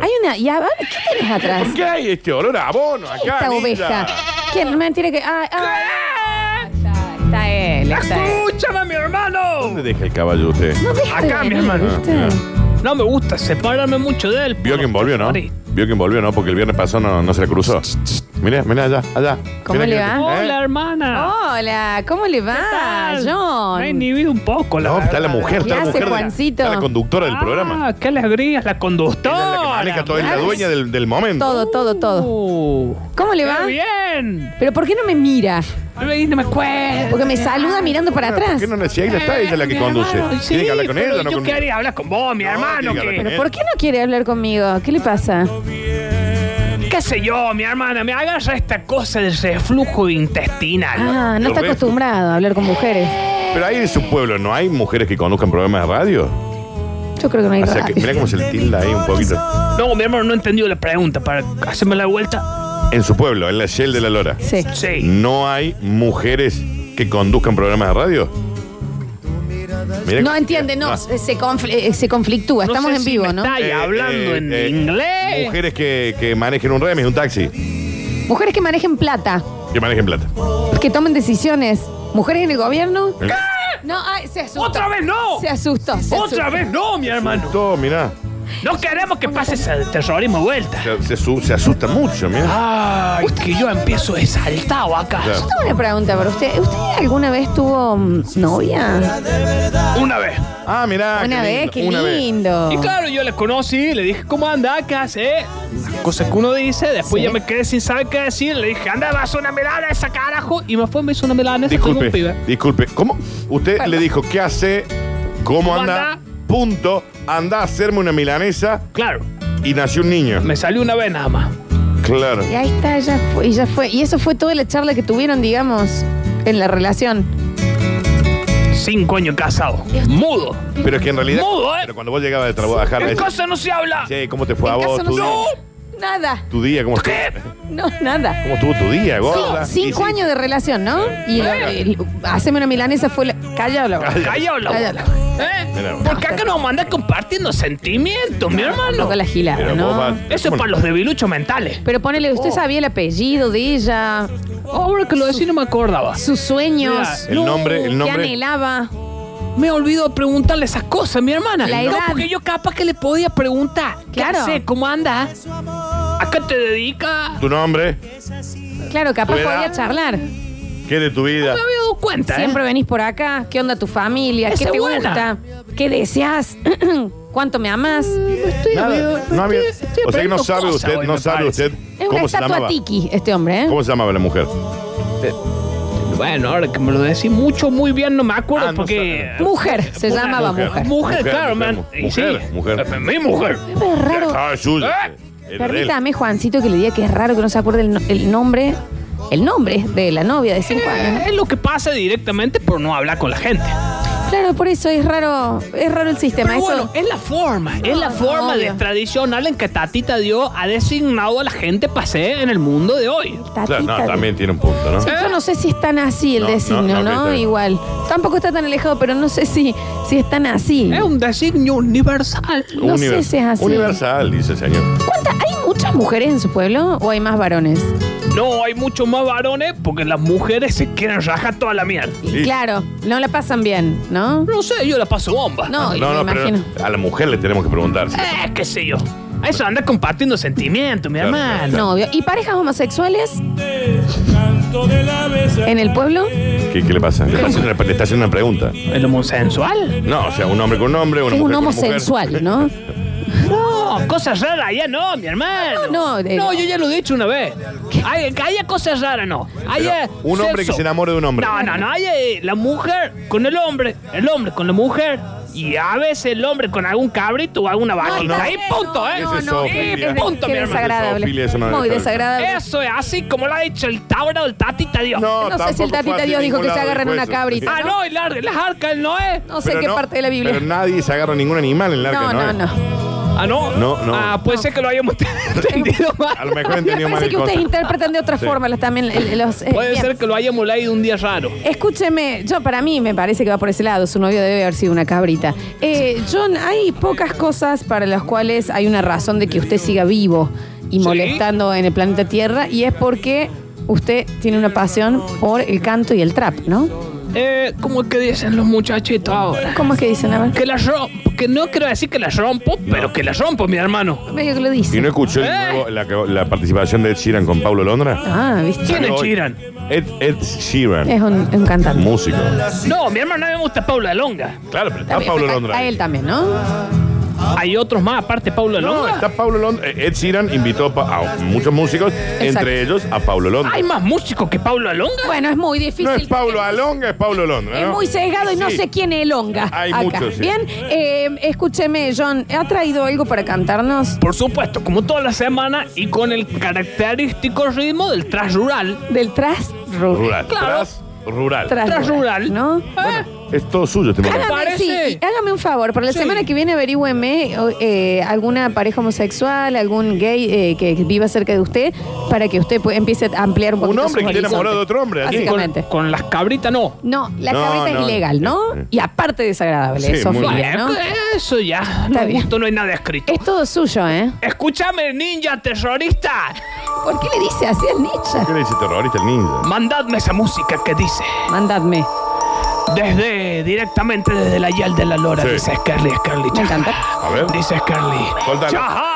Nena, ¿y a ver, qué tenés atrás? ¿Por qué hay este olor a abono acá? Esta Anita? oveja. ¿Quién? Mentira que. Ah, ah, está, está él, está él. ¡Escúchame, mi hermano! ¿Dónde deja el caballo usted? No deja Acá, de mi venir, hermano. ¿viste? Ah, No me gusta separarme mucho de él. Vio que envolvió, ¿no? Sí. Vio que envolvió, ¿no? Porque el viernes pasó no, no se la cruzó. Mirá, mirá allá, allá. ¿Cómo Mirá le que- va? ¿Eh? Hola, hermana. Ah. Hola, ¿cómo le va, tal? John? Me he inhibido un poco, la No, está la verdad. mujer, ¿Qué está la hace mujer. de- Juancito? Está la conductora del programa. Ah, qué alegría, es la Ella es la que conductora. maneja todo, es la claro. dueña del, del momento. Todo, todo, todo. Uh, ¿Cómo le qué va? bien! ¿Pero por qué no me mira? Ay, No me cuesta. Porque me saluda mirando para ¿Por atrás. qué no le- si ahí la está ella la que Mi conduce? hermano, Tiene que hablar con sí, ella, pero no Yo con quería hablar con vos, mi No, hermano. tiene que hablar Que, con ¿Pero por qué no quiere hablar conmigo? ¿Qué le pasa? ¿Qué sé yo, mi hermana? Me agarra esta cosa del reflujo intestinal. Ah, no está Correcto. acostumbrado a hablar con mujeres. Pero ahí en su pueblo, ¿no hay mujeres que conduzcan programas de radio? Yo creo que no hay O sea, que, radio. mirá cómo se le tilda ahí un poquito. No, mi hermano no entendió la pregunta. Para hacerme la vuelta. En su pueblo, en la Shell de la Lora, Sí. Sí. ¿no hay mujeres que conduzcan programas de radio? Mirá No que- entiende, no, Ah. se, confl- eh, se conflictúa. No Estamos sé en si vivo, me ¿no? Está ahí Eh, hablando eh, en eh, inglés. Mujeres que, que manejen un remis, un taxi, Mujeres que manejen plata, que manejen plata. que tomen decisiones. Mujeres en el gobierno. No, ay, se asustó. ¡Otra vez no! Se asustó. se ¡Otra asustó. vez no, mi hermano! Todo, mirá. No queremos que pase ese terrorismo de vuelta. Se, se su- se asusta mucho, Ah. mirá. Ay, que yo empiezo exaltado acá. Claro. Tengo una pregunta para usted. ¿Usted alguna vez tuvo mm, novia? Una vez. Ah, mirá. una vez, qué lindo. Y claro, yo la conocí, le dije, ¿cómo anda? ¿Qué hace? Las cosas que uno dice, después Sí. yo me quedé sin saber qué decir, le dije, anda, vas a una melanesa, carajo. Y me fue, me hizo una melanesa con un Disculpe, pibe. disculpe. ¿Cómo? Usted Bueno. le dijo, ¿qué hace? ¿Cómo ¿Cómo anda? anda? Punto. Anda a hacerme una milanesa Claro, y nació un niño. me salió una vez nada más. Claro. Y ahí está, ya fue, y ya fue. Y eso fue toda la charla que tuvieron, digamos, en la relación. Cinco años casado. Mudo. Pero es que en realidad. Mudo, ¿eh? Pero cuando vos llegabas de trabajar, En decís, cosa no se habla. che, ¿cómo te fue a En vos? caso no Tu, se- día? Nada, ¿Tu día? ¿Cómo estuvo? ¿Qué? no, nada. ¿Cómo estuvo tu día, gorda? Cinco Y sí, años de relación, ¿no? Y lo, el- haceme una milanesa fue la. Callado la boca. Callado la boca. Callado. Mira ¿Eh? vos. Porque acá nos manda compartiendo sentimientos, mi hermano. Toca la gilada, Pero vos ¿no? vas- Eso es para los debiluchos mentales. Pero ponele, Oh. usted sabía el apellido de ella, Ahora que lo decís no me acordaba. sus sueños. Mira, el nombre, el Que nombre. anhelaba. Me olvidó preguntarle esas cosas a mi hermana. La no, edad. porque yo capaz que le podía preguntar. Claro. Claro. ¿Qué hace? ¿Cómo anda? ¿A qué te dedicas? ¿Tu nombre? Claro, capaz Tu edad. ¿Eh? podía charlar. ¿Qué de tu vida? No me había dado cuenta. ¿eh? Siempre venís por acá. ¿Qué onda tu familia? Esa ¿Qué te es buena. gusta? ¿Qué deseas? ¿Cuánto me amas? Nada. No había. O sea que no aprendiendo sabe cosas usted, hoy, no me sabe parece. usted Es una cómo se estatua llamaba. tiki este hombre, ¿eh? ¿Cómo se llamaba la mujer? Bueno, ahora que me lo decís mucho, muy bien, no me acuerdo Ah, no porque. Mujer, se llamaba mujer. Mujer, claro, mujer, man. mu- mujer, sí. mujer. Eh, Mi mujer. Es raro. Ah, es suyo. ¿Eh? Era de él. Permítame, Juancito, que le diga que es raro que no se acuerde el, no- el nombre. El nombre de la novia de cinco años. Eh, ¿no? Es lo que pasa directamente por no hablar con la gente. Claro, por eso es raro. Es raro el sistema. Pero eso- bueno, es la forma, es la No, forma obvio. de tradicional en que Tatita Dios ha designado a la gente para ser en el mundo de hoy. Claro, Tatita no, de- también tiene un punto, ¿no? Sí, Yo no sé si es tan así el No, designio, ¿no? no, no, que está- Igual. Tampoco está tan alejado, pero no sé si, si es tan así. Es un designio universal. no sé si es así. Universal, dice el señor. ¿Cuánta- ¿Hay muchas mujeres en su pueblo o hay más varones? No, hay muchos más varones porque las mujeres se quieren rajar toda la mierda. Y Sí. Claro, no la pasan bien, ¿no? No sé, yo la paso bomba. No, y me imagino. a la mujer le tenemos que preguntar. sí. Eh, qué sé yo. Eso anda compartiendo sentimientos, mi Claro, hermano. claro. No, obvio. ¿Y parejas homosexuales en el pueblo? ¿Qué, qué le pasa? Le, pasa una- le está haciendo una pregunta. ¿El homosensual? No, o sea, un hombre con un hombre, una es un mujer con una homosensual, ¿no? No, cosas raras ya no, mi hermano. No, no, de- yo ya lo he dicho una vez. Hay, que haya cosas raras, no. Pero Haya un hombre sexo. que se enamore de un hombre. No, no, no. Hay eh, la mujer con el hombre, el hombre con la mujer. Y a veces el hombre con algún cabrito o alguna vaquita. no. Ahí punto, ¿eh? Ese es zoofilia. Ahí punto, Qué mi hermano. desagradable. Zoofilia, eso no debe Muy estar. desagradable. Eso es así como lo ha dicho el Tauro, el Tatita Dios. No, No sé si el tampoco Tatita fue así, Dios dijo ningún que se lado agarran dijo una eso. cabrita. Ah, no, y la- las arcas, el Noé. No sé Pero qué parte de la Biblia. Pero nadie se agarra ningún animal en el arca, no, ¿no? no, no. Ah, no. No, no. Ah, puede ser que lo hayamos entendido A mal. lo mejor Me entendió mal parece el que ustedes concepto. interpretan de otra Sí. forma las, también el- el- los. eh, Puede bien. ser que lo hayamos leído un día raro. Escúcheme, yo para mí me parece que va por ese lado. Su novio debe haber sido una cabrita. Eh, John, hay pocas cosas para las cuales hay una razón de que usted siga vivo y Sí. molestando en el planeta Tierra y es porque usted tiene una pasión por el canto y el trap, ¿no? Eh, ¿cómo es que dicen los muchachitos ahora? ¿Cómo es que dicen? A ver, Que la rompo. Que no quiero decir que la rompo, pero que la rompo, mi hermano. medio que lo ¿Y dice. no escuchó el ¡Eh! nuevo- la, que- la participación de Ed Sheeran con Pablo Londra? Ah, ¿viste? ¿Quién es Hoy- Chiran? Ed, Ed Sheeran, Es un, un cantante. músico. No, mi hermano me gusta Paula Longa. Claro, pero está Pablo A- Londra. A él ahí. también, ¿no? Hay otros más aparte de Paula No, Longa. está Pablo Londra. Eh, Ed Sheeran invitó pa- a muchos músicos, entre ellos a Pablo Londra. ¿Hay más músicos que Paula Longa? Bueno, es muy difícil. No es Pablo Alonga, es Pablo Londra. Es ¿no? muy sesgado y no Sí. sé quién es el Onga. Hay acá. muchos, sí. Bien, eh, escúcheme, John, ¿ha traído algo para cantarnos? Por supuesto, como toda la semana y con el característico ritmo del tras rural. Del tras ru- Rural. Claro. Tras rural. tras Tras rural. ¿No? Eh, Es todo suyo este momento. Hágame, parece. sí, y hágame un favor, para la Sí. semana que viene averígüeme o, eh, alguna pareja homosexual, algún gay eh, que viva cerca de usted, para que usted pues, empiece a ampliar un poquito hombre sus que esté horizontes. enamorado de otro hombre, así. con, Básicamente. con las cabritas no. No, la No, cabeza no, es ilegal, ¿no? eh, eh. Y aparte desagradable, Sí, muy Sofía, bien. ¿no? Eso ya. Está no, bien. Esto no hay nada escrito. Es todo suyo, ¿eh? Escúchame, ninja terrorista. ¿Por qué le dice así al Nietzsche? ¿Qué le dice terrorista el ninja? Mandadme esa música que dice. Mandadme. Desde, directamente desde la Yal de la Lora, Sí. dice Scarly, Scarly. Me encanta. A ver. Dice Scarly. Suéltalo. ¡Chaja!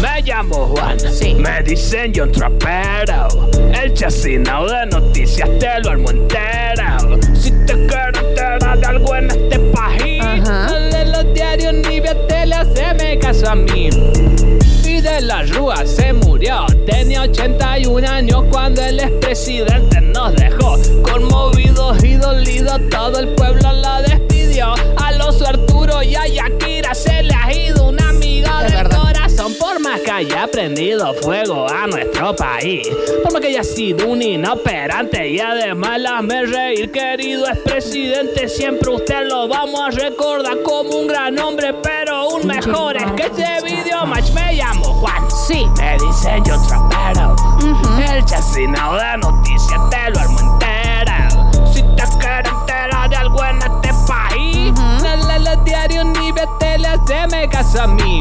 Me llamo Juan. Sí. Me dicen John Trapero. El chacinado de noticias te lo armo entero. Si te quiero enterar de algo en este país, Ajá. no lees los diarios ni veas tele, haceme caso a mí. Y de la Rúa se murió. Tenía 81 años cuando el expresidente nos dejó. Conmovidos y dolidos, todo el pueblo lo despidió. A los Arturo y a Yakira se le ha ido un amigo Es del verdad. corazón. Por más que haya prendido fuego a nuestro país. Por más que haya sido un inoperante y además la me reír, querido expresidente. Siempre usted lo vamos a recordar como un gran hombre, pero un mejor es que este video match me llamo Juan. Sí. Me dicen yo trapero. El chacinado de noticias te lo armo entero. Si te quieres enterar de algo en este país, no lees los diarios ni ves tele, haceme caso a mí.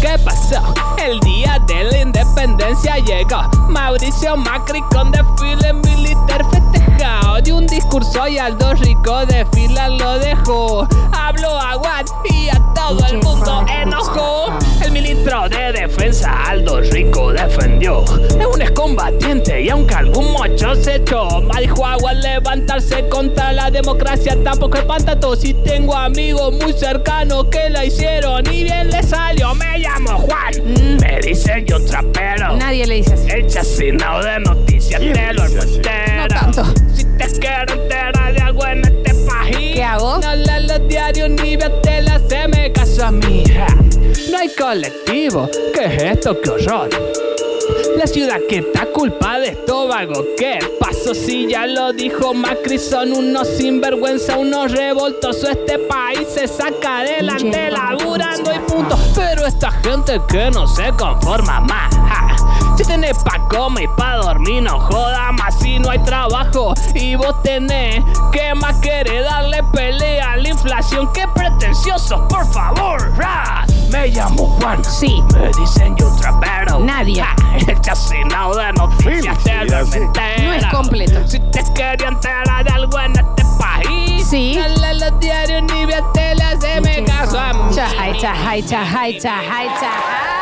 ¿Qué pasó? El día de la independencia llegó. Mauricio Macri con desfile militar festejado. De un discurso y Aldo Rico de fila lo dejó. Habló a Juan y a todo el mundo enojó. El ministro de defensa Aldo Rico defendió. Es un excombatiente y aunque algún mocho se echó, mal dijo agua al levantarse contra la democracia. Tampoco espanta todo si tengo amigos muy cercanos que la hicieron y bien le salió. Me llamo Juan, me dicen yo trapero. Nadie le dice así. El chacinado de noticias ¿Quién te lo dice así? entero. No tanto. Si te quiero enterar de algo en este país, ¿Qué hago? No lees los diarios ni ves tela, se me caso a mí. Ja. No hay colectivo. ¿Qué es esto? ¡Qué horror! La ciudad que está culpa de esto, vago. ¿Qué pasó si ya lo dijo Macri? Son unos sinvergüenza, unos revoltosos. Este país se saca adelante laburando y punto. Pero esta gente que no se conforma más. ja. Si tenés pa' comer y pa' dormir, no joda más si no hay trabajo. Y vos tenés que más querer darle pelea a la inflación. ¡Qué pretenciosos, por favor! ja. Me llamo Juan. Sí. Me dicen yo trapero. Nadie. Ja, El chacinado de noticias Sí, te sí, lo sí. entera. No es completo. Si te quería enterar de algo en este país. Sí. No lees los diarios ni veas tele, haceme caso a mí. 啊 Chajay, chajay, chajay, chajay, chajay.